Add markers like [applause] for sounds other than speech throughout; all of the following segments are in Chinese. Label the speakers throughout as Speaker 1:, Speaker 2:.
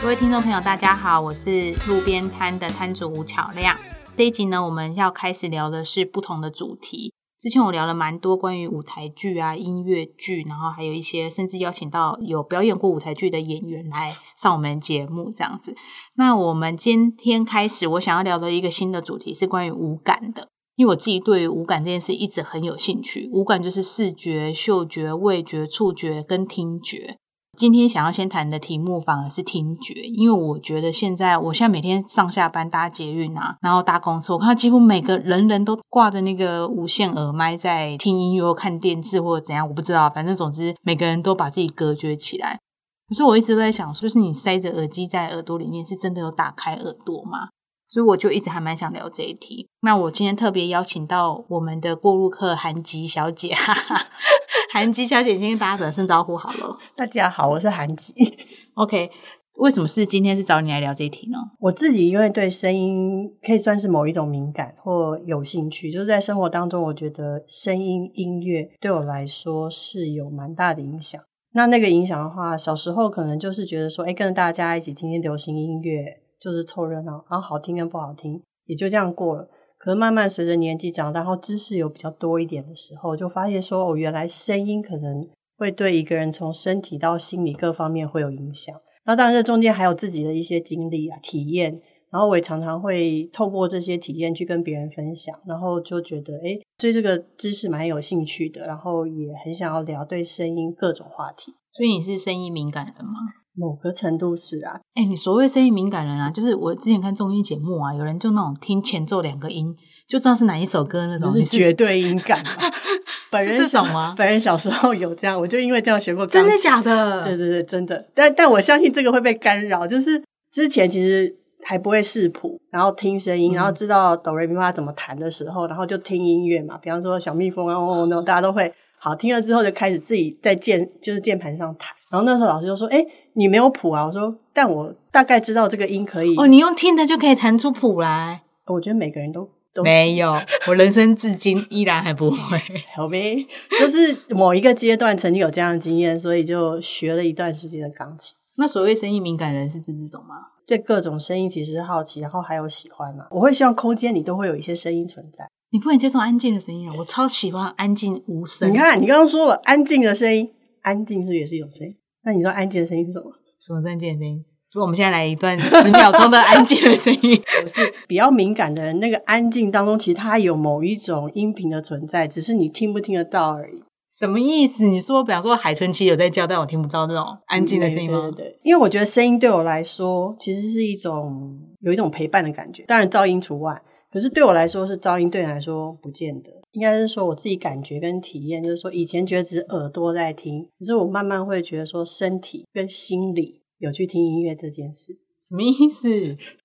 Speaker 1: 各位听众朋友，大家好，我是路边摊的摊主吴巧亮。这一集呢，我们要开始聊的是不同的主题。之前我聊了蛮多关于舞台剧啊、音乐剧，然后还有一些甚至邀请到有表演过舞台剧的演员来上我们节目这样子。那我们今天开始，我想要聊的一个新的主题是关于五感的。因为我自己对于五感这件事一直很有兴趣，五感就是视觉、嗅觉、味觉、触觉跟听觉。今天想要先谈的题目反而是听觉，因为我觉得现在我现在每天上下班搭捷运啊，然后搭公车，我看到几乎每个人人都挂着那个无线耳麦在听音乐、或看电视或者怎样，我不知道，反正总之每个人都把自己隔绝起来。可是我一直都在想，就是你塞着耳机在耳朵里面，是真的有打开耳朵吗？所以我就一直还蛮想聊这一题。那我今天特别邀请到我们的过路客韩吉小姐，哈哈韩吉小姐，先跟大家打声招呼好了。
Speaker 2: 大家好，我是韩吉。 [laughs]
Speaker 1: OK，为什么是今天是找你来聊这一题呢？
Speaker 2: 我自己因为对声音可以算是某一种敏感或有兴趣，就是在生活当中，我觉得声音音乐对我来说是有蛮大的影响。那那个影响的话，小时候可能就是觉得说，哎，跟着大家一起听听流行音乐，就是凑热闹，然后好听跟不好听也就这样过了。可是慢慢随着年纪长大，然后知识有比较多一点的时候，就发现说，哦，原来声音可能会对一个人从身体到心理各方面会有影响。那当然，这中间还有自己的一些经历啊、体验。然后我也常常会透过这些体验去跟别人分享，然后就觉得诶，对这个知识蛮有兴趣的，然后也很想要聊对声音各种话题。
Speaker 1: 所以你是声音敏感人吗？
Speaker 2: 某个程度是啊，
Speaker 1: 哎、你所谓声音敏感人啊，就是我之前看综艺节目啊，有人就那种听前奏两个音就知道是哪一首歌那种，哦
Speaker 2: 就是
Speaker 1: 你
Speaker 2: 绝对音感嘛。本人
Speaker 1: [laughs] 是这
Speaker 2: 小
Speaker 1: 种吗
Speaker 2: 本人小时候有这样，我就因为这样学过钢
Speaker 1: 真的
Speaker 2: 琴
Speaker 1: 假的？
Speaker 2: 对对对，真的。但但我相信这个会被干扰，就是之前其实还不会视谱，然后听声音，
Speaker 1: 嗯
Speaker 2: 然后知道哆瑞咪发怎么弹的时候，然后就听音乐嘛，比方说小蜜蜂啊，嗡嗡那种，大家都会好听了之后就开始自己在键就是键盘上弹。然后那时候老师就说：“哎，你没有谱啊？”我说：“但我大概知道这个音可以。
Speaker 1: 哦，你用听的就可以弹出谱来。
Speaker 2: 我觉得每个人都都是
Speaker 1: 没有，我人生至今依然还不会。
Speaker 2: 好呗，就是某一个阶段曾经有这样的经验，所以就学了一段时间的钢琴。
Speaker 1: [laughs] 那所谓声音敏感人是指这种吗？
Speaker 2: 对各种声音其实好奇，然后还有喜欢啊。我会希望空间里都会有一些声音存在。
Speaker 1: 你不能接受安静的声音啊！我超喜欢安静无声。
Speaker 2: 你看，你刚刚说了安静的声音，安静是不是也是一种声音？那你知道安静的声音是什么？
Speaker 1: 什么是安静的声音？ [laughs] 如果我们现在来一段十秒钟的安静的声音，
Speaker 2: 我是比较敏感的人，那个安静当中其实它有某一种音频的存在，只是你听不听得到而已。
Speaker 1: 什么意思？你说，比方说海豚其实有在叫，但我听不到那种安静的声音吗？
Speaker 2: 对对对，因为我觉得声音对我来说其实是一种有一种陪伴的感觉，当然噪音除外。可是对我来说是噪音，对你来说不见得。应该是说我自己感觉跟体验，就是说以前觉得只是耳朵在听，可是我慢慢会觉得说身体跟心理有去听音乐这件事。
Speaker 1: 什么意 [laughs] 思？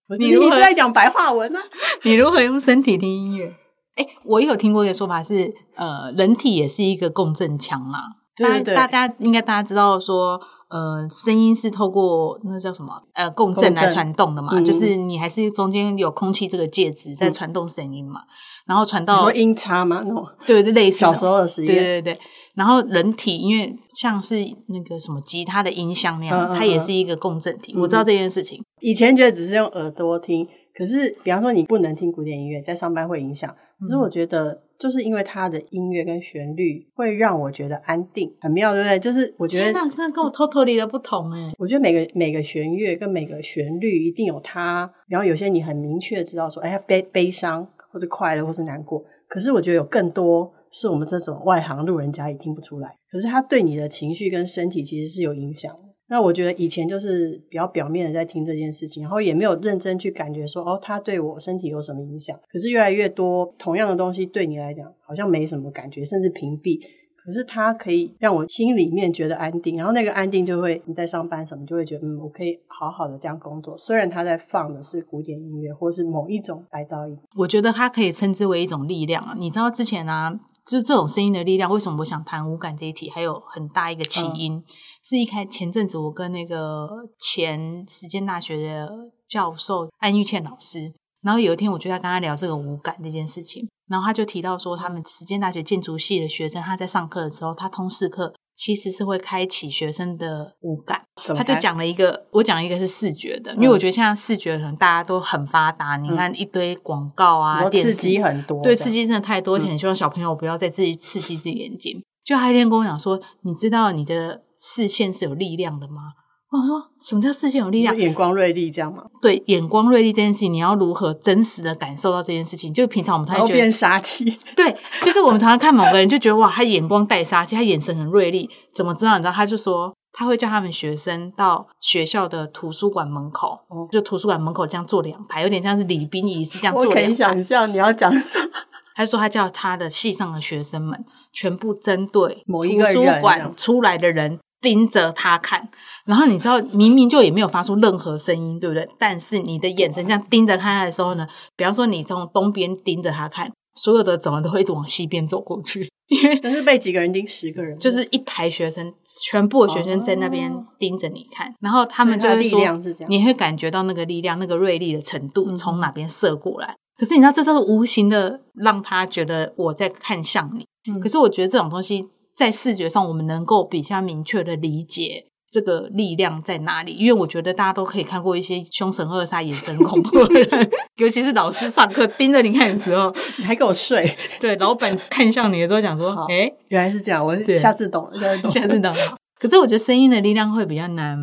Speaker 2: 我
Speaker 1: 你如何
Speaker 2: 你是在讲白话文呢、啊？
Speaker 1: 你如何用身体听音乐？哎、我也有听过一个说法是，呃，人体也是一个共振腔嘛。
Speaker 2: 对对对
Speaker 1: 大大家应该大家知道说，呃，声音是透过那叫什么呃共振
Speaker 2: 共振
Speaker 1: 来传动的嘛，
Speaker 2: 嗯
Speaker 1: 就是你还是中间有空气这个介质在传动声音嘛，然后传
Speaker 2: 你
Speaker 1: 到
Speaker 2: 说音差吗？那种
Speaker 1: 对对类似
Speaker 2: 小
Speaker 1: 的
Speaker 2: 时候的实
Speaker 1: 哦对
Speaker 2: 验，
Speaker 1: 对对，然后人体因为像是那个什么吉他的音箱那样，
Speaker 2: 嗯嗯嗯
Speaker 1: 它也是一个共振体。我知道这件事情，
Speaker 2: 以前觉得只是用耳朵听，可是比方说你不能听古典音乐，在上班会影响。可是我觉得，就是因为它的音乐跟旋律会让我觉得安定，很妙，对不对？就是我觉
Speaker 1: 天
Speaker 2: 得，
Speaker 1: 哪，真的跟我 totally 的不同哎。
Speaker 2: 我觉得每个每个弦乐跟每个旋律一定有它，然后有些你很明确知道说，哎呀，悲悲伤或者快乐或是难过。可是我觉得有更多是我们这种外行路人甲也听不出来，可是它对你的情绪跟身体其实是有影响的。那我觉得以前就是比较表面的在听这件事情，然后也没有认真去感觉说哦，它对我身体有什么影响。可是越来越多同样的东西对你来讲好像没什么感觉，甚至屏蔽。可是它可以让我心里面觉得安定，然后那个安定就会你在上班什么就会觉得嗯，我可以好好的这样工作。虽然他在放的是古典音乐或是某一种白噪音，
Speaker 1: 我觉得它可以称之为一种力量啊。你知道之前啊，就是这种声音的力量，为什么我想谈无感这一题，还有很大一个起因，是一开前阵子我跟那个前实践大学的教授安玉倩老师，然后有一天我就在跟他聊这个无感这件事情，然后他就提到说，他们实践大学建筑系的学生，他在上课的时候，他通识课其实是会开启学生的五感。
Speaker 2: 怎么
Speaker 1: 他就
Speaker 2: 开
Speaker 1: 讲了一个，我讲了一个是视觉的，因为
Speaker 2: 嗯
Speaker 1: 我觉得现在视觉可能大家都很发达，你看一堆广告啊，
Speaker 2: 我
Speaker 1: 电
Speaker 2: 刺
Speaker 1: 视
Speaker 2: 激嗯很多，
Speaker 1: 对
Speaker 2: 这样
Speaker 1: 刺激真的太多，而且很希望小朋友不要再自己刺激自己眼睛。就他一天跟我讲说，你知道你的视线是有力量的吗？我说什么叫视线有力量
Speaker 2: 就？眼光锐利这样嘛，
Speaker 1: 对，眼光锐利这件事情，你要如何真实的感受到这件事情？就平常我们
Speaker 2: 然
Speaker 1: 太
Speaker 2: 后
Speaker 1: 觉得
Speaker 2: 变杀气，
Speaker 1: 对，就是我们常常看某个人就觉得哇，他眼光带杀气，他眼神很锐利，怎么知道？你知道，他就说他会叫他们学生到学校的图书馆门口，
Speaker 2: 哦
Speaker 1: 就图书馆门口这样坐两排，有点像是礼宾仪式这样
Speaker 2: [laughs] 我
Speaker 1: 坐
Speaker 2: 可
Speaker 1: 两排
Speaker 2: 以想。象你要讲
Speaker 1: [laughs]
Speaker 2: 什么。
Speaker 1: 他说他叫他的系上的学生们全部针对
Speaker 2: 某一个人
Speaker 1: 图书
Speaker 2: 这样
Speaker 1: 馆出来的人盯着他看，然后你知道明明就也没有发出任何声音，对不对？但是你的眼神这样盯着他的时候呢，比方说你从东边盯着他看，所有的走廊都会一直往西边走过去，因为
Speaker 2: 但是被几个人盯十个人，
Speaker 1: 就是一排学生，全部的学生在那边
Speaker 2: 哦
Speaker 1: 盯着你看，然后他们就
Speaker 2: 所以它的
Speaker 1: 会
Speaker 2: 力
Speaker 1: 说，
Speaker 2: 量是这样，
Speaker 1: 你会感觉到那个力量、那个锐利的程度
Speaker 2: 嗯
Speaker 1: 从哪边射过来。可是你知道，这是无形的让他觉得我在看向你。
Speaker 2: 嗯
Speaker 1: 可是我觉得这种东西在视觉上，我们能够比较明确的理解。这个力量在哪里？因为我觉得大家都可以看过一些凶神恶煞、眼神恐怖的人， [laughs] 尤其是老师上课盯着你看的时候，
Speaker 2: 你还给我睡， [laughs]
Speaker 1: 对老板看向你的时候，想说
Speaker 2: 好：“
Speaker 1: 哎、
Speaker 2: 原来是这样，我
Speaker 1: 对
Speaker 2: 下次懂了，下次懂
Speaker 1: 下
Speaker 2: 了。
Speaker 1: 次懂了。” [laughs] 可是我觉得声音的力量会比较难，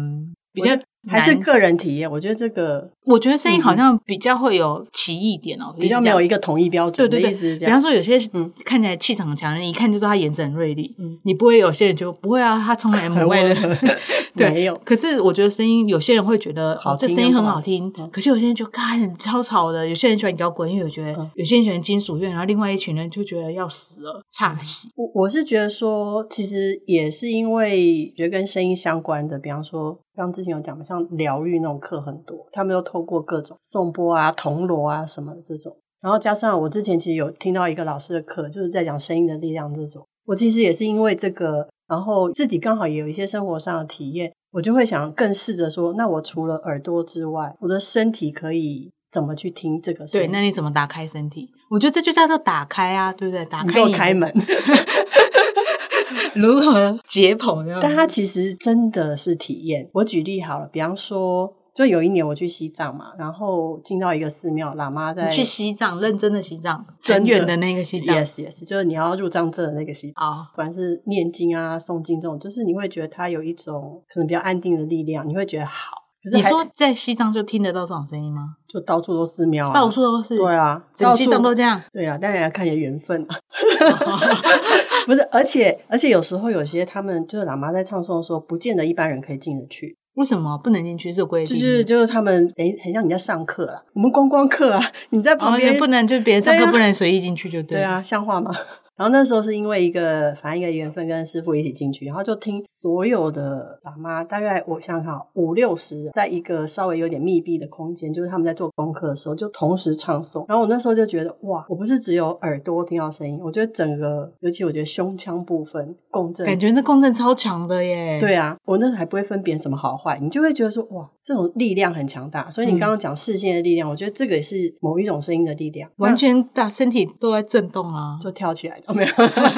Speaker 1: 比较
Speaker 2: 还是
Speaker 1: 难
Speaker 2: 个人体验，我觉得这个
Speaker 1: 我觉得声音好像比较会有歧义点哦，
Speaker 2: 嗯比较没有一个统一标
Speaker 1: 对
Speaker 2: 准的
Speaker 1: 对
Speaker 2: 意
Speaker 1: 对
Speaker 2: 思是，这
Speaker 1: 比
Speaker 2: 样
Speaker 1: 方。说有些
Speaker 2: 嗯
Speaker 1: 看起来气场很强的人，一看就知道他眼神很锐利。
Speaker 2: 嗯
Speaker 1: 你不会有些人就不会啊，他
Speaker 2: [laughs]
Speaker 1: 从来
Speaker 2: 很
Speaker 1: 不会
Speaker 2: 温
Speaker 1: 的 [laughs]
Speaker 2: 和。
Speaker 1: 对，
Speaker 2: 没有
Speaker 1: 可是我觉得声音，有些人会觉得
Speaker 2: 好
Speaker 1: 哦，这
Speaker 2: 听嗯
Speaker 1: 声
Speaker 2: 又
Speaker 1: 音
Speaker 2: 不
Speaker 1: 很
Speaker 2: 好
Speaker 1: 好听。可是有些人就看超吵的，有些人喜欢摇滚乐，我觉得
Speaker 2: 嗯
Speaker 1: 有些人喜欢金属乐，然后另外一群人就觉得要死了，差戏。
Speaker 2: 我我是觉得说，其实也是因为觉得跟声音相关的，比方说，刚之前有讲嘛，像疗愈那种课很多，他们都透过各种颂钵啊、铜锣啊什么的这种，然后加上我之前其实有听到一个老师的课，就是在讲声音的力量这种，我其实也是因为这个，然后自己刚好也有一些生活上的体验，我就会想更试着说，那我除了耳朵之外，我的身体可以怎么去听这个声
Speaker 1: 对，
Speaker 2: 音？
Speaker 1: 那你怎么打开身体？我觉得这就叫做打开啊，对不对？打
Speaker 2: 你
Speaker 1: 开
Speaker 2: 给我
Speaker 1: 你
Speaker 2: 开门。
Speaker 1: [laughs] 如何解剖这样子？
Speaker 2: 但它其实真的是体验。我举例好了，比方说，就有一年我去西藏嘛，然后进到一个寺庙，喇嘛在
Speaker 1: 你去西藏，认真的西藏，
Speaker 2: 真
Speaker 1: 很
Speaker 2: 的
Speaker 1: 远的那个西藏。
Speaker 2: ，yes yes，就是你要入藏证的那个西藏。
Speaker 1: 哦，
Speaker 2: 不管是念经啊、诵经这种，就是你会觉得它有一种可能比较安定的力量，你会觉得好。可是
Speaker 1: 你
Speaker 2: 还
Speaker 1: 说在西藏就听得到这种声音吗？
Speaker 2: 就到处都寺庙、啊，
Speaker 1: 到处都是，
Speaker 2: 对，啊，
Speaker 1: 整
Speaker 2: 到
Speaker 1: 西
Speaker 2: 处
Speaker 1: 藏都这样。
Speaker 2: 对啊，当然要看你的缘分
Speaker 1: [laughs]
Speaker 2: 啊。不是，而且而且有时候有些他们就是喇嘛在唱诵的时候，不见得一般人可以进得去。
Speaker 1: 为什么不能进去？是有规
Speaker 2: 就
Speaker 1: 定，
Speaker 2: 是就是他们诶、很像你在上课啦，我们观光课啊，你在旁
Speaker 1: 哦，因
Speaker 2: 边、
Speaker 1: 为不能就别人上
Speaker 2: 对
Speaker 1: 课
Speaker 2: 啊
Speaker 1: 不能随意进去，就
Speaker 2: 对
Speaker 1: 了。
Speaker 2: 啊，像话吗？然后那时候是因为一个反正一个缘分跟师傅一起进去，然后就听所有的喇嘛，大概我想想看哦五六十人，在一个稍微有点密闭的空间，就是他们在做功课的时候就同时唱诵。然后我那时候就觉得哇，我不是只有耳朵听到声音，我觉得整个，尤其我觉得胸腔部分共振
Speaker 1: 感觉那共振超强的耶。
Speaker 2: 对啊，我那时候还不会分辨什么好坏，你就会觉得说哇，这种力量很强大。所以
Speaker 1: 嗯
Speaker 2: 你刚刚讲视线的力量，我觉得这个也是某一种声音的力量，
Speaker 1: 完全大身体都在震动啊
Speaker 2: 那！就跳起来哦的，没有。 [laughs]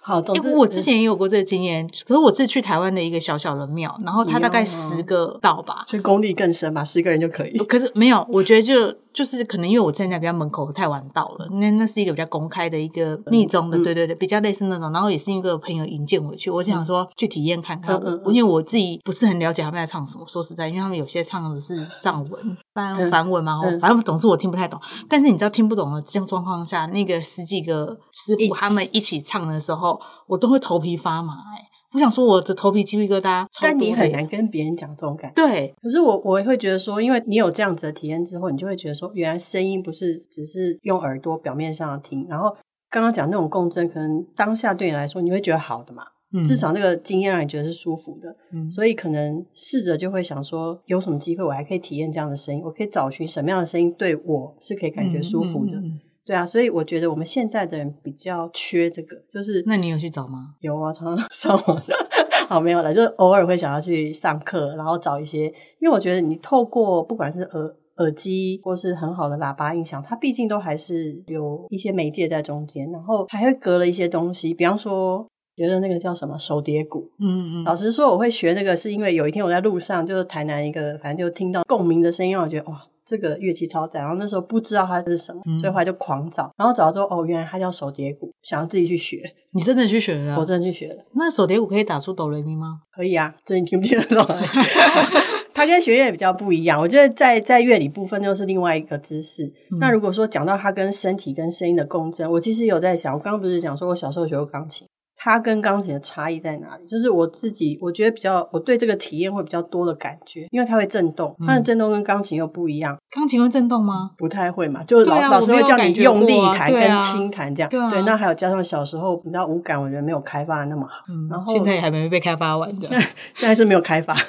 Speaker 2: 好，总
Speaker 1: 因
Speaker 2: 之、
Speaker 1: 为哎我之前也有过这个经验，可是我是去台湾的一个小小的庙，然后它大概
Speaker 2: 一样啊
Speaker 1: 十个道吧，
Speaker 2: 所以功力更深嘛，十个人就可以。
Speaker 1: 可是没有，我觉得就就是可能因为我在那边门口太晚到了，那那是一个比较公开的一个密宗的，
Speaker 2: 嗯
Speaker 1: 对对对，比较类似那种。然后也是一个朋友引荐我去，我想说去体验看看，
Speaker 2: 嗯嗯嗯
Speaker 1: 因为我自己不是很了解他们在唱什么。说实在，因为他们有些唱的是藏文、
Speaker 2: 嗯
Speaker 1: 梵梵文嘛，哦
Speaker 2: 嗯
Speaker 1: 反正总之我听不太懂。但是你知道听不懂的这种状况下，那个十几个师
Speaker 2: 一起
Speaker 1: 傅他们一起唱的时候，我都会头皮发麻、欸。我想说我的头皮鸡皮疙瘩超
Speaker 2: 但
Speaker 1: 多
Speaker 2: 你
Speaker 1: 的
Speaker 2: 很
Speaker 1: 耶，
Speaker 2: 难跟别人讲这种感觉。
Speaker 1: 对，
Speaker 2: 可是我我会觉得说，因为你有这样子的体验之后，你就会觉得说，原来声音不是只是用耳朵表面上的听，然后刚刚讲那种共振，可能当下对你来说你会觉得好的嘛，
Speaker 1: 嗯
Speaker 2: 至少那个经验让你觉得是舒服的。
Speaker 1: 嗯
Speaker 2: 所以可能试着就会想说，有什么机会我还可以体验这样的声音，我可以找寻什么样的声音对我是可以感觉舒服的。
Speaker 1: 嗯嗯嗯
Speaker 2: 对啊，所以我觉得我们现在的人比较缺这个，就是
Speaker 1: 那你有去找吗？
Speaker 2: 有啊，常 [laughs] 常上网。好，没有了，就是偶尔会想要去上课，然后找一些，因为我觉得你透过不管是耳耳机或是很好的喇叭音响，它毕竟都还是有一些媒介在中间，然后还会隔了一些东西，比方说觉得那个叫什么手叠鼓。
Speaker 1: 嗯嗯
Speaker 2: 老实说，我会学那个是因为有一天我在路上，就是台南一个，反正就听到共鸣的声音，让我觉得哇，这个乐器超赞。然后那时候不知道它是什么，
Speaker 1: 嗯
Speaker 2: 所以后来就狂找，然后找到之后，哦，原来它叫手叠鼓，想要自己去学，
Speaker 1: 你真的去学了？
Speaker 2: 我真的去学了。
Speaker 1: 那手碟鼓可以打出哆来咪吗？
Speaker 2: 可以啊， [laughs] 这你听不听得懂？它跟学乐比较不一样，我觉得在在乐理部分又是另外一个知识。
Speaker 1: 嗯
Speaker 2: 那如果说讲到它跟身体跟声音的共振，我其实有在想，我刚刚不是讲说我小时候学过钢琴，它跟钢琴的差异在哪里？就是我自己我觉得比较，我对这个体验会比较多的感觉，因为它会震动，
Speaker 1: 嗯
Speaker 2: 它的震动跟钢琴又不一样，
Speaker 1: 钢琴会震动吗？
Speaker 2: 不太会嘛，就是老、
Speaker 1: 对啊
Speaker 2: 老师
Speaker 1: 我没
Speaker 2: 会
Speaker 1: 有
Speaker 2: 叫你
Speaker 1: 感觉
Speaker 2: 用力
Speaker 1: 过啊
Speaker 2: 弹
Speaker 1: 对
Speaker 2: 跟
Speaker 1: 啊
Speaker 2: 轻弹这样。
Speaker 1: 对啊
Speaker 2: 那还有加上小时候，你知道五感，我觉得没有开发的那么好。
Speaker 1: 嗯
Speaker 2: 然后
Speaker 1: 现在也还没被开发完的。
Speaker 2: [laughs] 现在是没有开发。 [laughs]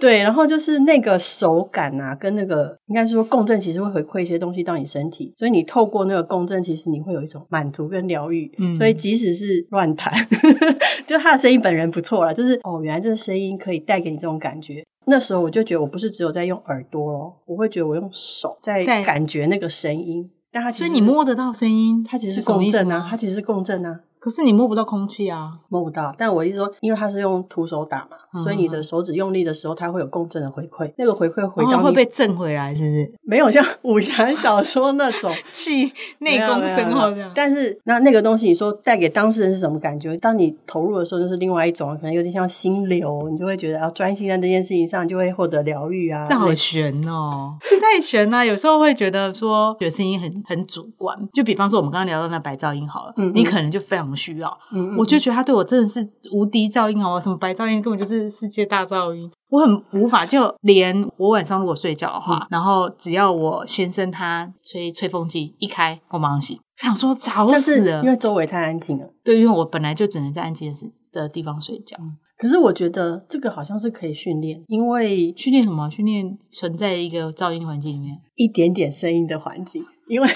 Speaker 2: 对，然后就是那个手感啊，跟那个应该是说共振，其实会回馈一些东西到你身体，所以你透过那个共振，其实你会有一种满足跟疗愈。
Speaker 1: 嗯
Speaker 2: 所以即使是乱弹， [laughs] 就他的声音本人不错了，就是哦，原来这个声音可以带给你这种感觉。那时候我就觉得我不是只有在用耳朵咯，我会觉得我用手在
Speaker 1: 在
Speaker 2: 感觉那个声音，但它其
Speaker 1: 所
Speaker 2: 实
Speaker 1: 以你摸得到声音，
Speaker 2: 它其实
Speaker 1: 是
Speaker 2: 是
Speaker 1: 什么
Speaker 2: 共
Speaker 1: 意思
Speaker 2: 振啊
Speaker 1: 吗，
Speaker 2: 它其实是共振啊。
Speaker 1: 可是你摸不到空气啊。
Speaker 2: 摸不到，但我一说，因为它是用徒手打嘛，
Speaker 1: 嗯
Speaker 2: 所以你的手指用力的时候，它会有共振的回馈，那个回馈回
Speaker 1: 然后
Speaker 2: 到
Speaker 1: 会
Speaker 2: 你，
Speaker 1: 被震回来，是不是？
Speaker 2: 没有像武侠小说那种
Speaker 1: 气 [laughs] 内功深厚这样。
Speaker 2: 但是那那个东西，你说带给当事人是什么感觉？当你投入的时候，就是另外一种，可能有点像心流，你就会觉得要啊专心在这件事情上，就会获得疗愈啊。
Speaker 1: 这好
Speaker 2: 类
Speaker 1: 悬哦，这太悬啦、有时候会觉得说，觉得声音很很主观。就比方说，我们刚刚聊到那白噪音好了，
Speaker 2: 嗯嗯
Speaker 1: 你可能就非常需要。
Speaker 2: 嗯嗯
Speaker 1: 我就觉得他对我真的是无敌噪音好哦吗？什么白噪音根本就是世界大噪音，我很无法。就连我晚上如果睡觉的话，
Speaker 2: 嗯
Speaker 1: 然后只要我先生他吹吹风机一开，我马上醒，想说吵
Speaker 2: 但
Speaker 1: 死
Speaker 2: 是
Speaker 1: 了
Speaker 2: 因。为周围太安静了。
Speaker 1: 对，因为我本来就只能在安静的时的地方睡觉。
Speaker 2: 可是我觉得这个好像是可以训练，因为
Speaker 1: 训练什么？训练存在一个噪音环境里面。
Speaker 2: 一点点声音的环境，因为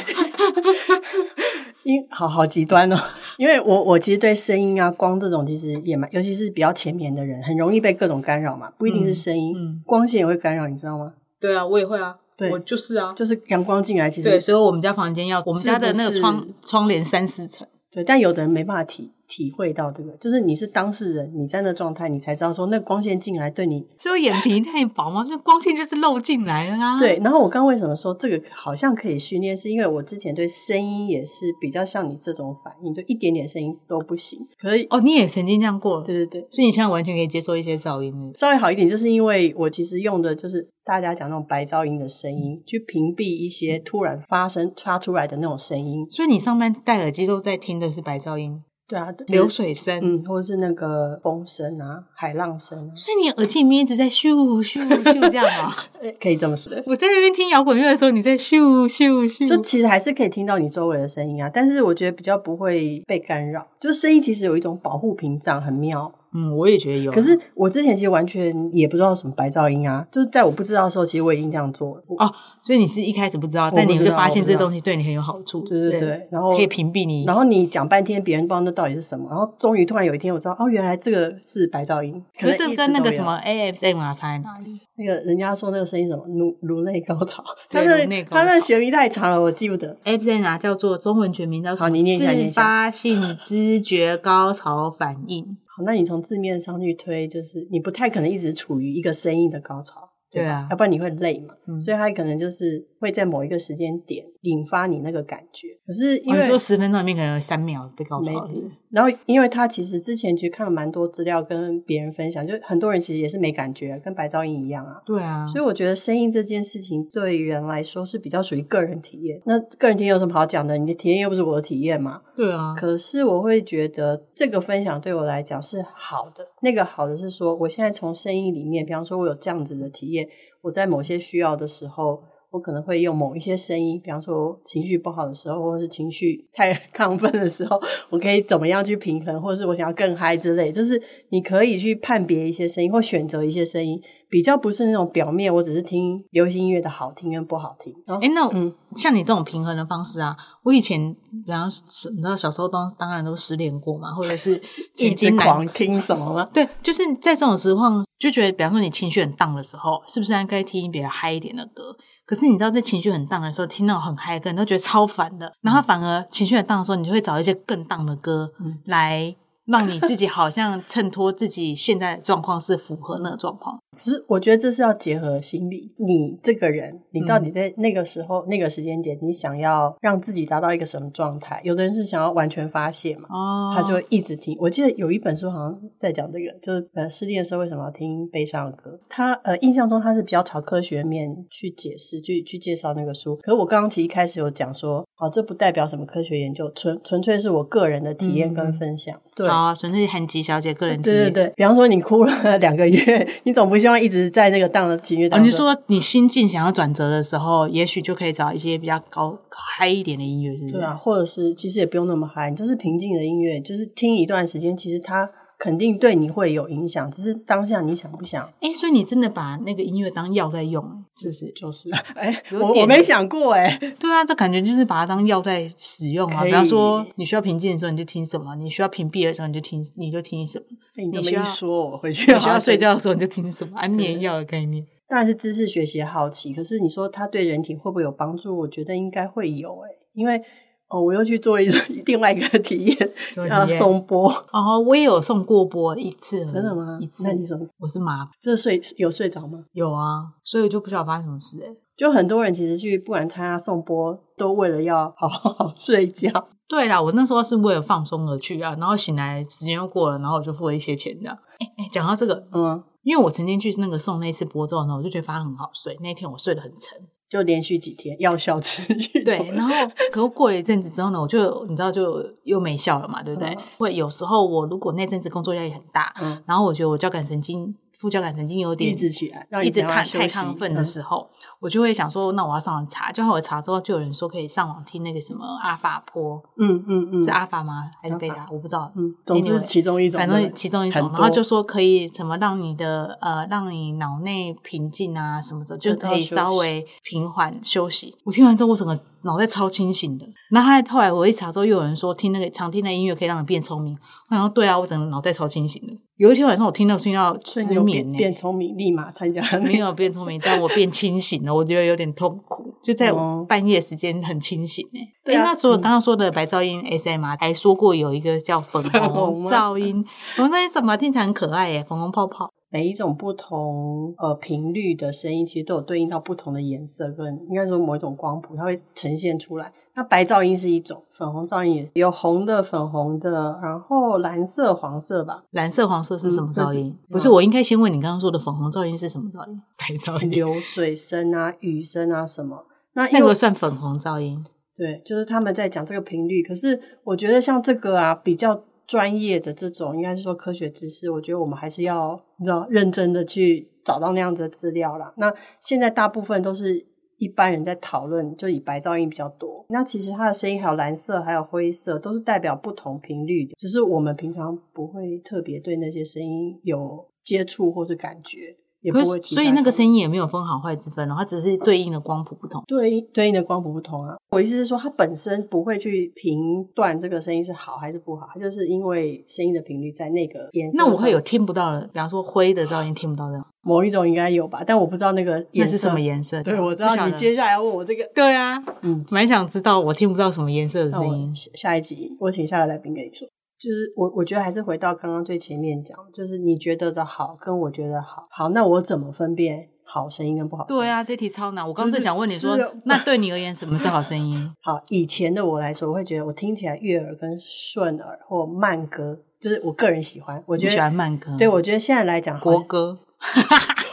Speaker 2: 因好好极端哦。因为我我其实对声音啊、光这种其实也蛮，尤其是比较前面的人，很容易被各种干扰嘛，不一定是声音，
Speaker 1: 嗯嗯
Speaker 2: 光线也会干扰，你知道吗？
Speaker 1: 对啊，我也会啊，
Speaker 2: 对我
Speaker 1: 就是啊。
Speaker 2: 就是阳光进来，其实
Speaker 1: 对，所以我们家房间要我们家的那个
Speaker 2: 是不是
Speaker 1: 窗窗帘三四层，
Speaker 2: 对但有的人没办法体体会到这个，就是你是当事人，你在那状态，你才知道说那光线进来对你
Speaker 1: 所以我眼皮太薄嘛，这光线就是漏进来了啊。
Speaker 2: 对，然后我刚为什么说这个好像可以训练，是因为我之前对声音也是比较像你这种反应，就一点点声音都不行。可以，
Speaker 1: 哦，你也曾经这样过，
Speaker 2: 对对对，
Speaker 1: 所以你现在完全可以接受一些噪音。
Speaker 2: 稍微好一点，就是因为我其实用的就是大家讲那种白噪音的声音，去屏蔽一些突然发生发出来的那种声音。
Speaker 1: 所以你上班戴耳机都在听的是白噪音、
Speaker 2: 对啊，
Speaker 1: 流，水声，
Speaker 2: 嗯，或者是那个风声啊、海浪声啊，
Speaker 1: 所以你耳机里面一直在咻咻咻这样啊。
Speaker 2: 呃可以这么说。
Speaker 1: [laughs] 我在那边听摇滚乐的时候，你在咻咻咻，
Speaker 2: 就其实还是可以听到你周围的声音啊，但是我觉得比较不会被干扰。就声音其实有一种保护屏障，很妙。
Speaker 1: 嗯，我也觉得有啊。
Speaker 2: 可是我之前其实完全也不知道什么白噪音啊，就是在我不知道的时候，其实我已经这样做了。
Speaker 1: 哦，所以你是一开始不知道，
Speaker 2: 不
Speaker 1: 但你
Speaker 2: 知
Speaker 1: 就
Speaker 2: 道
Speaker 1: 发
Speaker 2: 我
Speaker 1: 现
Speaker 2: 不
Speaker 1: 这
Speaker 2: 知道
Speaker 1: 东西对你很有好处，
Speaker 2: 对对对，然后
Speaker 1: 可以屏蔽你。
Speaker 2: 然后你讲半天，别人不知道那到底是什么，然后终于突然有一天我知道，哦，原来这个是白噪音。
Speaker 1: 可是
Speaker 2: 能
Speaker 1: 这
Speaker 2: 一直
Speaker 1: 跟那
Speaker 2: 都
Speaker 1: 个
Speaker 2: 有
Speaker 1: 什么 ASM 啊差在哪里？
Speaker 2: 那个人家说那个声音什么颅颅内高潮，他
Speaker 1: [laughs] 对
Speaker 2: 那
Speaker 1: 颅内高
Speaker 2: 他那
Speaker 1: 潮
Speaker 2: 学名太长了，我记不得。
Speaker 1: ASM 啊叫做中文全名叫
Speaker 2: 好你念一下你念一
Speaker 1: 自
Speaker 2: 下
Speaker 1: 发性知觉高潮反应。
Speaker 2: 好，那你从字面上去推，就是你不太可能一直处于一个声音的高潮，
Speaker 1: 对
Speaker 2: 吧
Speaker 1: 啊
Speaker 2: 要不然你会累嘛。
Speaker 1: 嗯
Speaker 2: 所以它可能就是会在某一个时间点引发你那个感觉。可是因
Speaker 1: 我
Speaker 2: 为、
Speaker 1: 哦
Speaker 2: 嗯
Speaker 1: 说十分钟里面可能有三秒被高潮了，
Speaker 2: 然后，因为他其实之前其实看了蛮多资料，跟别人分享，就很多人其实也是没感觉，啊跟白噪音一样啊。
Speaker 1: 对啊，
Speaker 2: 所以我觉得声音这件事情对人来说是比较属于个人体验。那个人体验有什么好讲的？你的体验又不是我的体验嘛。
Speaker 1: 对啊，
Speaker 2: 可是我会觉得这个分享对我来讲是好的。那个好的是说，我现在从声音里面，比方说我有这样子的体验，我在某些需要的时候，我可能会用某一些声音，比方说情绪不好的时候，或是情绪太 [laughs] 亢奋的时候，我可以怎么样去平衡，或是我想要更嗨之类。就是你可以去判别一些声音，或选择一些声音，比较不是那种表面，我只是听流行音乐的好听跟不好听。然后
Speaker 1: 哎，那
Speaker 2: 嗯
Speaker 1: 像你这种平衡的方式啊，我以前，比方说你知道小时候当当然都失恋过嘛，或者是
Speaker 2: 一
Speaker 1: 曾
Speaker 2: 直
Speaker 1: 经难
Speaker 2: 狂听什么吗？
Speaker 1: 对，就是在这种情况，就觉得，比方说你情绪很荡的时候，是不是应该听比较嗨一点的歌？可是你知道，在情绪很荡的时候，听那种很嗨的歌，你都觉得超烦的。然后反而情绪很荡的时候，你就会找一些更荡的歌
Speaker 2: 嗯嗯
Speaker 1: 来让你自己好像衬托自己现在的状况是符合那个状况。
Speaker 2: 只是我觉得这是要结合心理，你这个人，你到底在那个时候、那个时间点，你想要让自己达到一个什么状态？有的人是想要完全发泄嘛，
Speaker 1: 哦
Speaker 2: 他就会一直听。我记得有一本书好像在讲这个，就是呃失恋的时候为什么要听悲伤的歌。他呃印象中他是比较朝科学面去解释、去去介绍那个书。可是我刚刚其实一开始有讲说，好、这不代表什么科学研究，纯纯粹是我个人的体验跟分享。对，
Speaker 1: 啊，纯粹韩吉小姐个人体
Speaker 2: 对对
Speaker 1: 验。
Speaker 2: 对，比方说你哭了 [laughs] 两个月，你总不希望一直在那个荡的情绪
Speaker 1: 哦，
Speaker 2: 当中。
Speaker 1: 你说你心境想要转折的时候，也许就可以找一些比较高嗨一点的音乐，是不是？
Speaker 2: 对啊，或者是其实也不用那么嗨，你就是平静的音乐，就是听一段时间，其实它肯定对你会有影响，只是当下你想不想
Speaker 1: 哎，所以你真的把那个音乐当药在用，是不是？
Speaker 2: 就是。哎，
Speaker 1: 有
Speaker 2: 我
Speaker 1: 点
Speaker 2: 我没想过哎、
Speaker 1: 对啊，这感觉就是把它当药在使用啊。
Speaker 2: 可以
Speaker 1: 比方说，你需要平静的时候你就听什么，你需要屏蔽的时候你就听你就听
Speaker 2: [laughs]
Speaker 1: 什么，
Speaker 2: 被你这
Speaker 1: [laughs] 你
Speaker 2: 么
Speaker 1: 需
Speaker 2: 一
Speaker 1: 要
Speaker 2: 说，我回
Speaker 1: [laughs]
Speaker 2: 去
Speaker 1: 你需
Speaker 2: 好好
Speaker 1: 要睡
Speaker 2: 想。
Speaker 1: 觉的时候你就听什么，安眠药的概念。
Speaker 2: 当然是知识学习的好奇，可是你说它对人体会不会有帮助？我觉得应该会有哎、因为哦，我又去做一个 [laughs] 另外一个体验，
Speaker 1: 什么
Speaker 2: 叫
Speaker 1: 体验
Speaker 2: 松波，
Speaker 1: 哦，我也有送过波一次而已，
Speaker 2: 真的吗？
Speaker 1: 一次
Speaker 2: 那，你怎么
Speaker 1: 我是麻
Speaker 2: 这睡有睡着吗？
Speaker 1: 有啊，所以我就不知道发生什么事哎、
Speaker 2: 就很多人其实去不管参加颂钵，都为了要好好睡觉。
Speaker 1: 对啦，我那时候是为了放松而去啊，然后醒来时间又过了，然后我就付了一些钱这样。哎、哎，讲到这个，
Speaker 2: 嗯，
Speaker 1: 因为我曾经去那个送那次波之后呢，我就觉得反正很好睡，那天我睡得很沉。
Speaker 2: 就连续几天药效持续。
Speaker 1: 对，然后可是过了一阵子之后呢，我就你知道就又没效了嘛，对不对？
Speaker 2: 嗯
Speaker 1: 会有时候我如果那阵子工作压力很大，
Speaker 2: 嗯，
Speaker 1: 然后我觉得我交感神经、副交感神经有点
Speaker 2: 抑制起来，让
Speaker 1: 一
Speaker 2: 你
Speaker 1: 直
Speaker 2: 赶快
Speaker 1: 看
Speaker 2: 休
Speaker 1: 太
Speaker 2: 息嗯
Speaker 1: 亢奋的时候，我就会想说，那我要上网查。就后我查之后，就有人说可以上网听那个什么阿法波，
Speaker 2: 嗯嗯嗯，
Speaker 1: 是阿法吗？还是贝
Speaker 2: 阿
Speaker 1: 塔？我不知道。
Speaker 2: 嗯，总之
Speaker 1: Anyway，
Speaker 2: 是其中一种，
Speaker 1: 反
Speaker 2: 对
Speaker 1: 正
Speaker 2: 不对
Speaker 1: 其中一
Speaker 2: 很
Speaker 1: 种，然
Speaker 2: 多
Speaker 1: 后就说可以怎么让你的呃，让你脑内平静啊什么的，就
Speaker 2: 得到
Speaker 1: 可以
Speaker 2: 休
Speaker 1: 稍
Speaker 2: 息
Speaker 1: 微平缓休息。我听完之后，我整个脑袋超清醒的。然后还后来我一查之后，又有人说听那个常听的音乐可以让你变聪明。我想说对啊，我整个脑袋超清醒的。有一天晚上我听到听到
Speaker 2: 所以
Speaker 1: 失
Speaker 2: 你有
Speaker 1: 眠
Speaker 2: 变
Speaker 1: 呢、
Speaker 2: 变聪明，立马参加 [laughs] 那
Speaker 1: [laughs] 没
Speaker 2: 个。
Speaker 1: 有变聪明，但我变清醒了，我觉得有点痛苦，就在
Speaker 2: 哦
Speaker 1: 半夜时间很清醒哎、欸。
Speaker 2: 对啊
Speaker 1: 诶那除了刚刚说的白噪音 SMR，还说过有一个叫粉
Speaker 2: 粉
Speaker 1: 红
Speaker 2: [laughs] 红吗
Speaker 1: 噪音，粉红噪音什么听起来很可爱耶、粉红泡泡。
Speaker 2: 每一种不同呃频率的声音，其实都有对应到不同的颜色跟应该说某一种光谱，它会呈现出来。那白噪音是一种，粉红噪音也有红的、粉红的，然后蓝色、黄色吧，
Speaker 1: 蓝色、黄色是什么噪音？
Speaker 2: 嗯这是
Speaker 1: 不是，我应该先问你刚刚说的粉红噪音是什么噪音？白噪音，
Speaker 2: 流水声啊、雨声啊什么。那因
Speaker 1: 那
Speaker 2: 为、
Speaker 1: 个算粉红噪音。
Speaker 2: 对，就是他们在讲这个频率。可是我觉得像这个啊，比较专业的这种，应该是说科学知识，我觉得我们还是要你知道认真的去找到那样子的资料啦。那现在大部分都是一般人在讨论，就以白噪音比较多。那其实它的声音还有蓝色，还有灰色，都是代表不同频率的，只是我们平常不会特别对那些声音有接触或是感觉，也不
Speaker 1: 可
Speaker 2: 会
Speaker 1: 是，
Speaker 2: 去
Speaker 1: 所以
Speaker 2: 想
Speaker 1: 那个
Speaker 2: 它
Speaker 1: 声音也没有分好坏之分，然后它只是对应的光谱不同。
Speaker 2: 对对应的光谱不同啊。我意思是说，它本身不会去评断这个声音是好还是不好，它就是因为声音的频率在那个颜色
Speaker 1: 那
Speaker 2: 上。
Speaker 1: 我会有听不到的，比方说灰的噪音听不到的，
Speaker 2: 某一种应该有吧，但我不知道那个
Speaker 1: 那
Speaker 2: 颜
Speaker 1: 是
Speaker 2: 色
Speaker 1: 什么。颜色的？
Speaker 2: 对，我知
Speaker 1: 不
Speaker 2: 道
Speaker 1: 晓
Speaker 2: 你
Speaker 1: 得
Speaker 2: 接下来要问我这个，
Speaker 1: 对啊，
Speaker 2: 嗯，
Speaker 1: 蛮想知道我听不到什么颜色的
Speaker 2: [laughs] 那
Speaker 1: 声
Speaker 2: 我
Speaker 1: 音。
Speaker 2: 下下一集我请下个来宾跟你说。就是我，我觉得还是回到刚刚最前面讲，就是你觉得的好跟我觉得好，好，那我怎么分辨好声音跟不好声音？
Speaker 1: 对啊，这题超难。我刚
Speaker 2: 就是
Speaker 1: 正想问你说
Speaker 2: 是啊，
Speaker 1: 那对你而言什么是好声音？
Speaker 2: 好，以前 [laughs] 的我来说，我会觉得我听起来悦耳跟顺耳或慢歌，就是我个人喜欢。我
Speaker 1: 我
Speaker 2: 觉得
Speaker 1: 喜欢慢歌，
Speaker 2: 对，我觉得现在来讲，
Speaker 1: 国歌。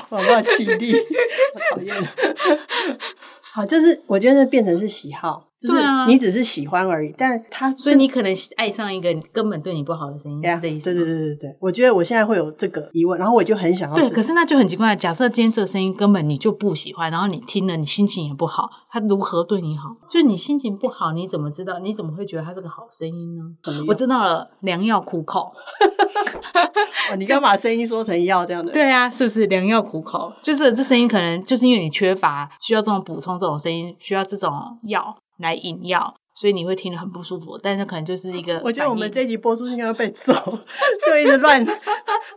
Speaker 2: 我没有气力，我讨厌。啊好，就是我觉得变成是喜好，就是
Speaker 1: 对啊
Speaker 2: 你只是喜欢而已，但他
Speaker 1: 所以你可能爱上一个根本对你不好的声音，
Speaker 2: 对啊
Speaker 1: 是这
Speaker 2: 对
Speaker 1: 意
Speaker 2: 对
Speaker 1: 思吗？
Speaker 2: 对对对，我觉得我现在会有这个疑问，然后我就很想要
Speaker 1: 对，
Speaker 2: 知
Speaker 1: 可是那就很奇怪。假设今天这个声音根本你就不喜欢，然后你听了你心情也不好，他如何对你好？就是你心情不好，你怎么知道？你怎么会觉得它是个好声音
Speaker 2: [laughs]
Speaker 1: 呢？
Speaker 2: 怎么用
Speaker 1: 我知道了，良药苦口。
Speaker 2: 哦你刚把声音说成药这样的，
Speaker 1: 对啊，是不是良药苦口？就是这声音可能就是因为你缺乏需要这种补充这种声音，需要这种药来引药，所以你会听得很不舒服。但是可能就是一个，
Speaker 2: 我觉得我们这集播出应该会被 [laughs] 揍，就一直 [laughs] 乱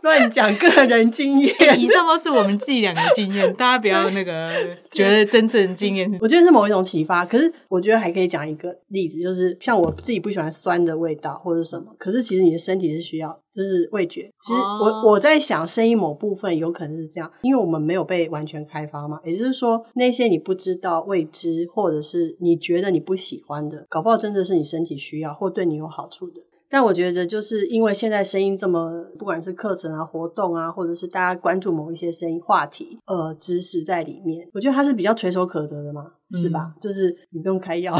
Speaker 2: 乱讲个人经验。
Speaker 1: 以上都是我们自己两个经验，大家不要那
Speaker 2: [laughs]
Speaker 1: 个觉得真正经验。
Speaker 2: 我觉得是某一种启发，可是我觉得还可以讲一个例子，就是像我自己不喜欢酸的味道或者什么，可是其实你的身体是需要，就是味觉。其实我、
Speaker 1: 哦
Speaker 2: 我在想，声音某部分有可能是这样，因为我们没有被完全开发嘛，也就是说，那些你不知道、未知，或者是你觉得你不喜欢的，搞不好真的是你身体需要或对你有好处的。但我觉得，就是因为现在声音这么，不管是课程啊、活动啊，或者是大家关注某一些声音话题，呃，知识在里面，我觉得它是比较垂手可得的嘛，是吧？就是 [laughs] 你不用
Speaker 1: [laughs]
Speaker 2: 开药，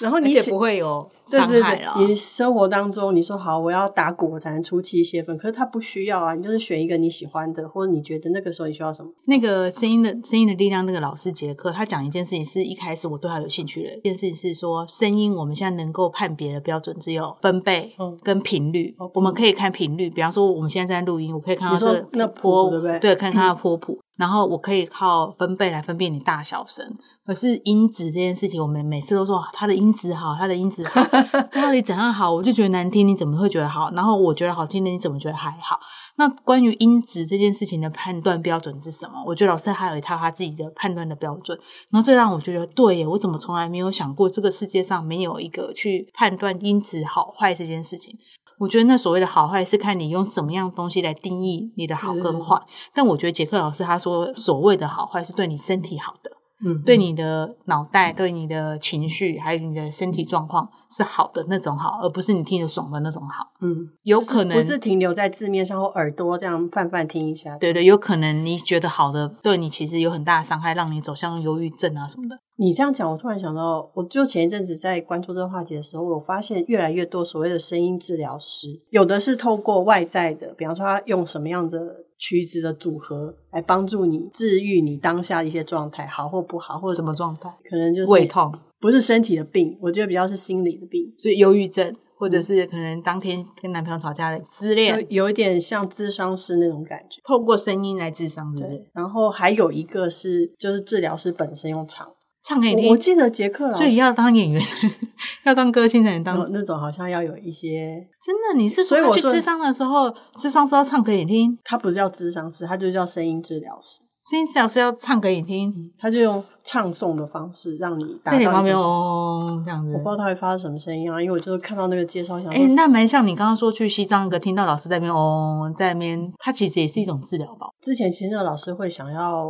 Speaker 2: 然后
Speaker 1: 嗯而
Speaker 2: 你
Speaker 1: 且
Speaker 2: 写
Speaker 1: 不会有
Speaker 2: 对
Speaker 1: 伤
Speaker 2: 对
Speaker 1: 害啊
Speaker 2: 对
Speaker 1: 了，。
Speaker 2: 你生活当中你说好我要打鼓我才能出气泄愤，可是它不需要啊，你就是选一个你喜欢的，或者你觉得那个时候你需要什么。
Speaker 1: 那个声音的声音的力量，那个老师杰克他讲一件事情，是一开始我对他有兴趣的一件事情是说，声音我们现在能够判别的标准只有分贝
Speaker 2: 嗯
Speaker 1: 跟频率，
Speaker 2: 哦
Speaker 1: 我们可以看频率，比方说我们现在在录音，我可以看到
Speaker 2: 你说
Speaker 1: 这个
Speaker 2: 那
Speaker 1: 波，
Speaker 2: 谱对不对
Speaker 1: 看看它的波谱，然后我可以靠分贝来分辨你大小声。可是音质这件事情，我们每次都说啊它的音质好，它的音质好， [laughs] 到底怎样好？我就觉得难听，你怎么会觉得好？然后我觉得好听的，你怎么觉得还好？那关于音质这件事情的判断标准是什么？我觉得老师还有一套他自己的判断的标准，然后这让我觉得对耶，我怎么从来没有想过这个世界上没有一个去判断音质好坏这件事情？我觉得那所谓的好坏是看你用什么样东西来定义你的好跟
Speaker 2: 嗯
Speaker 1: 坏，但我觉得杰克老师他说所谓的好坏是对你身体好的，
Speaker 2: 嗯，
Speaker 1: 对你的脑袋、对你的情绪还有你的身体状况是好的那种好，而不是你听着爽的那种好。
Speaker 2: 嗯，
Speaker 1: 有可能
Speaker 2: 不是停留在字面上或耳朵这样泛泛听一下。
Speaker 1: 对对，有可能你觉得好的，对你其实有很大的伤害，让你走向忧郁症啊什么的。
Speaker 2: 你这样讲，我突然想到，我就前一阵子在关注这个话题的时候，我发现越来越多所谓的声音治疗师，有的是透过外在的，比方说他用什么样的曲子的组合来帮助你治愈你当下的一些状态，好或不好，或者
Speaker 1: 什么状态？
Speaker 2: 可能就是
Speaker 1: 胃痛，
Speaker 2: 不是身体的病，我觉得比较是心理的病，
Speaker 1: 所以忧郁症，或
Speaker 2: 嗯
Speaker 1: 者是可能当天跟男朋友吵架的失
Speaker 2: 就
Speaker 1: 恋，
Speaker 2: 有一点像咨商师那种感觉。
Speaker 1: 透过声音来治伤，对不对
Speaker 2: 对？，然后还有一个是，就是治疗师本身用唱，
Speaker 1: 唱给你
Speaker 2: 我我
Speaker 1: 听。
Speaker 2: 记得杰克老
Speaker 1: 所以
Speaker 2: 师、
Speaker 1: 要当演员， [laughs] 要当歌星才能当。
Speaker 2: 哦、那种好像要有一些，
Speaker 1: 真的，你是
Speaker 2: 所
Speaker 1: 说
Speaker 2: 以
Speaker 1: 他
Speaker 2: 我
Speaker 1: 去
Speaker 2: 说
Speaker 1: 智商的时候，智商是要唱给你听，
Speaker 2: 他不是叫智商师，他就叫声音治疗师，
Speaker 1: 声音治疗是要唱给你听，
Speaker 2: 他就用唱诵的方式让你嗯达
Speaker 1: 在
Speaker 2: 到一
Speaker 1: 你
Speaker 2: 种
Speaker 1: 旁边哦这样子
Speaker 2: 我不。知道他会发出什么声音啊，因为我就是看到那个介绍，想
Speaker 1: 哎、
Speaker 2: 说、
Speaker 1: 那蛮像你刚刚说去西藏那个，听到老师在那边哦，在那边，它其实也是一种治疗吧。
Speaker 2: 之前其实那个老师会想要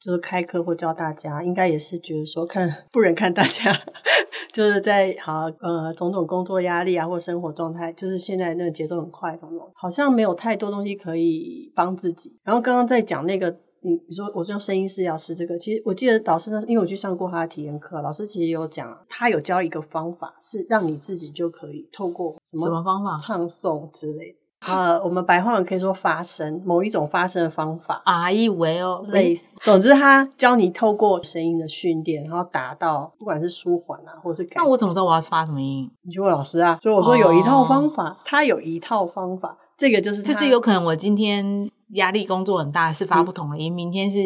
Speaker 2: 就是开课或教大家，应该也是觉得说看不忍看大家 [laughs] 就是在好呃种种工作压力啊或生活状态，就是现在那个节奏很快，种种好像没有太多东西可以帮自己。然后刚刚在讲那个。你你说我是用声音治疗师这个，其实我记得老师那，因为我去上过他的体验课，老师其实有讲，他有教一个方法，是让你自己就可以透过什么
Speaker 1: 什么方法
Speaker 2: 唱诵之类的。呃，我们白话文可以说发声，某一种发声的方法，
Speaker 1: 啊？以为哦，
Speaker 2: 类似。总之，他教你透过声音的训练，然后达到不管是舒缓啊，或是改。
Speaker 1: 那我怎么知道我要发什么音？
Speaker 2: 你去问老师啊，所以我说有一套方法，他有一套方法，这个就是他嗯
Speaker 1: 就是哦有可能我今天压力工作很大，是发不同的音；明天是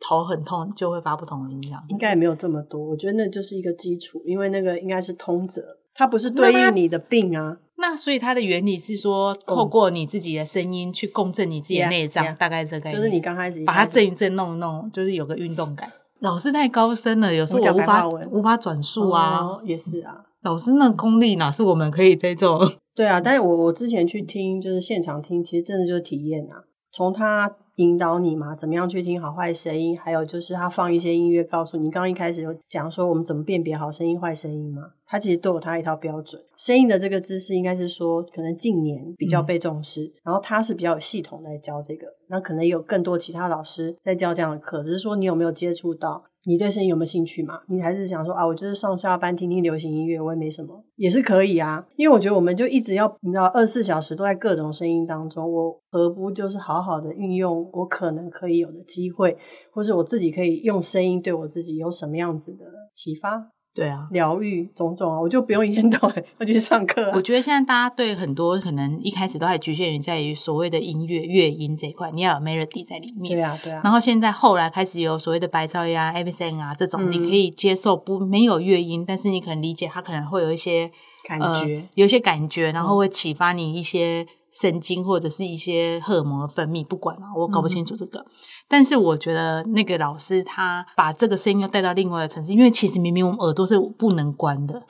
Speaker 1: 头很痛，就会发不同的音。这样
Speaker 2: 应该也没有这么多，我觉得那就是一个基础，因为那个应该是通则，它不是对
Speaker 1: 那他
Speaker 2: 应你的病啊。
Speaker 1: 那所以它的原理是说，
Speaker 2: 共振
Speaker 1: 透过你自己的声音去共振你自己的
Speaker 2: Yeah,
Speaker 1: 内脏
Speaker 2: yeah
Speaker 1: 大概这个概念
Speaker 2: 就是你刚开始一
Speaker 1: 把它
Speaker 2: 开始
Speaker 1: 震一震、弄一弄，就是有个运动感。老师太高深了，有时候
Speaker 2: 我
Speaker 1: 我
Speaker 2: 讲
Speaker 1: 无
Speaker 2: 白
Speaker 1: 法
Speaker 2: 话文
Speaker 1: 无法转述啊。
Speaker 2: 哦也是啊。
Speaker 1: 老师那功力哪是我们可以在这种？
Speaker 2: 对啊，但是我我之前去听，就是现场听，其实真的就是体验啊，从他引导你嘛，怎么样去听好坏声音，还有就是他放一些音乐告诉你，刚刚一开始有讲说我们怎么辨别好声音、坏声音嘛，他其实都有他一套标准。声音的这个知识应该是说，可能近年比较被重视，然后他是比较有系统来教这个，那可能也有更多其他老师在教这样的课，只是说你有没有接触到，你对声音有没有兴趣嘛？你还是想说啊，我就是上下班听听流行音乐，我也没什么，也是可以啊。因为我觉得我们就一直要，你知道，二十四小时都在各种声音当中，我何不就是好好的运用我可能可以有的机会，或是我自己可以用声音对我自己有什么样子的启发？
Speaker 1: 对啊，
Speaker 2: 疗愈种种啊，我就不用一天到晚 [laughs] 要去上课、啊
Speaker 1: 我。觉得现在大家对很多可能一开始都还局限于在于所谓的音乐乐音这一块，你要有 melody 在里面。
Speaker 2: 对啊，对啊，
Speaker 1: 然后现在后来开始有所谓的白噪音啊、a b s n 啊这种，
Speaker 2: 嗯
Speaker 1: 你可以接受不没有乐音，但是你可能理解它可能会有一些
Speaker 2: 感
Speaker 1: 呃
Speaker 2: 觉
Speaker 1: 有一些感觉，然后会启发你一些神经或者是一些荷尔蒙的分泌，不管嘛，我搞不清楚这个。
Speaker 2: 嗯
Speaker 1: 但是我觉得那个老师他把这个声音又带到另外的城市，因为其实明明我们耳朵是不能关
Speaker 2: [laughs]
Speaker 1: 的，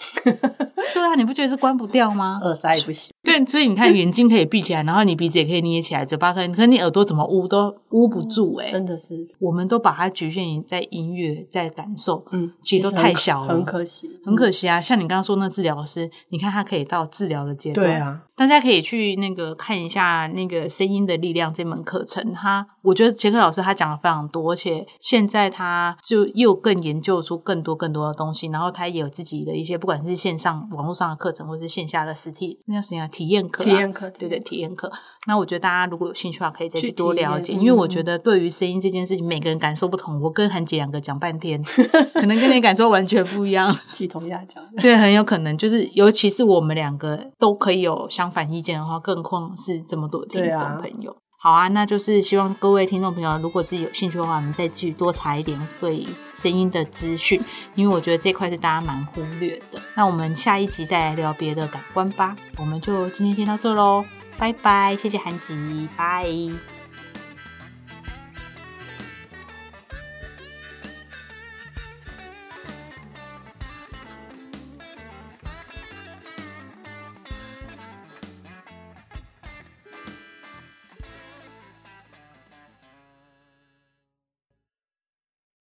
Speaker 1: 对啊，你不觉得是关不掉吗？
Speaker 2: 耳塞也不行。
Speaker 1: 对，所以你
Speaker 2: 嗯
Speaker 1: 看，眼睛可以闭起来，然后你鼻子也可以捏起来，嘴巴可以，可是你耳朵怎么捂都捂不住哎、
Speaker 2: 真的是，
Speaker 1: 我们都把它局限于在音乐，在感受，
Speaker 2: 嗯，
Speaker 1: 其实都
Speaker 2: 很
Speaker 1: 太
Speaker 2: 可
Speaker 1: 小了
Speaker 2: 很可惜，
Speaker 1: 很可惜啊。像你刚刚说那治疗师，你看他可以到治疗的阶段，
Speaker 2: 对啊，
Speaker 1: 大家可以去那个看一下那个《声音的力量》这门课程，他我觉得杰克老师他讲的非常多，而且现在他就又更研究出更多更多的东西，然后他也有自己的一些，不管是线上网络上的课程，或是线下的实体那叫什么呀体验课、啊，
Speaker 2: 体验课
Speaker 1: 对对，体验课。那我觉得大家如果有兴趣的话，可以再去
Speaker 2: 嗯去
Speaker 1: 多
Speaker 2: 体验
Speaker 1: 了解，
Speaker 2: 嗯
Speaker 1: 因为我觉得对于声音这件事情，每个人感受不同。我跟韩姐两个讲半天，可能跟你感受完全不一样。
Speaker 2: 鸡同鸭讲。
Speaker 1: 对，很有可能就是，尤其是我们两个都可以有相反意见的话，更何况是这么多听
Speaker 2: 对啊
Speaker 1: 众朋友。好啊，那就是希望各位听众朋友，如果自己有兴趣的话，我们再去多查一点对于声音的资讯，因为我觉得这块是大家蛮忽略的。那我们下一集再来聊别的感官吧，我们就今天先到这喽，拜拜，谢谢韩吉，拜。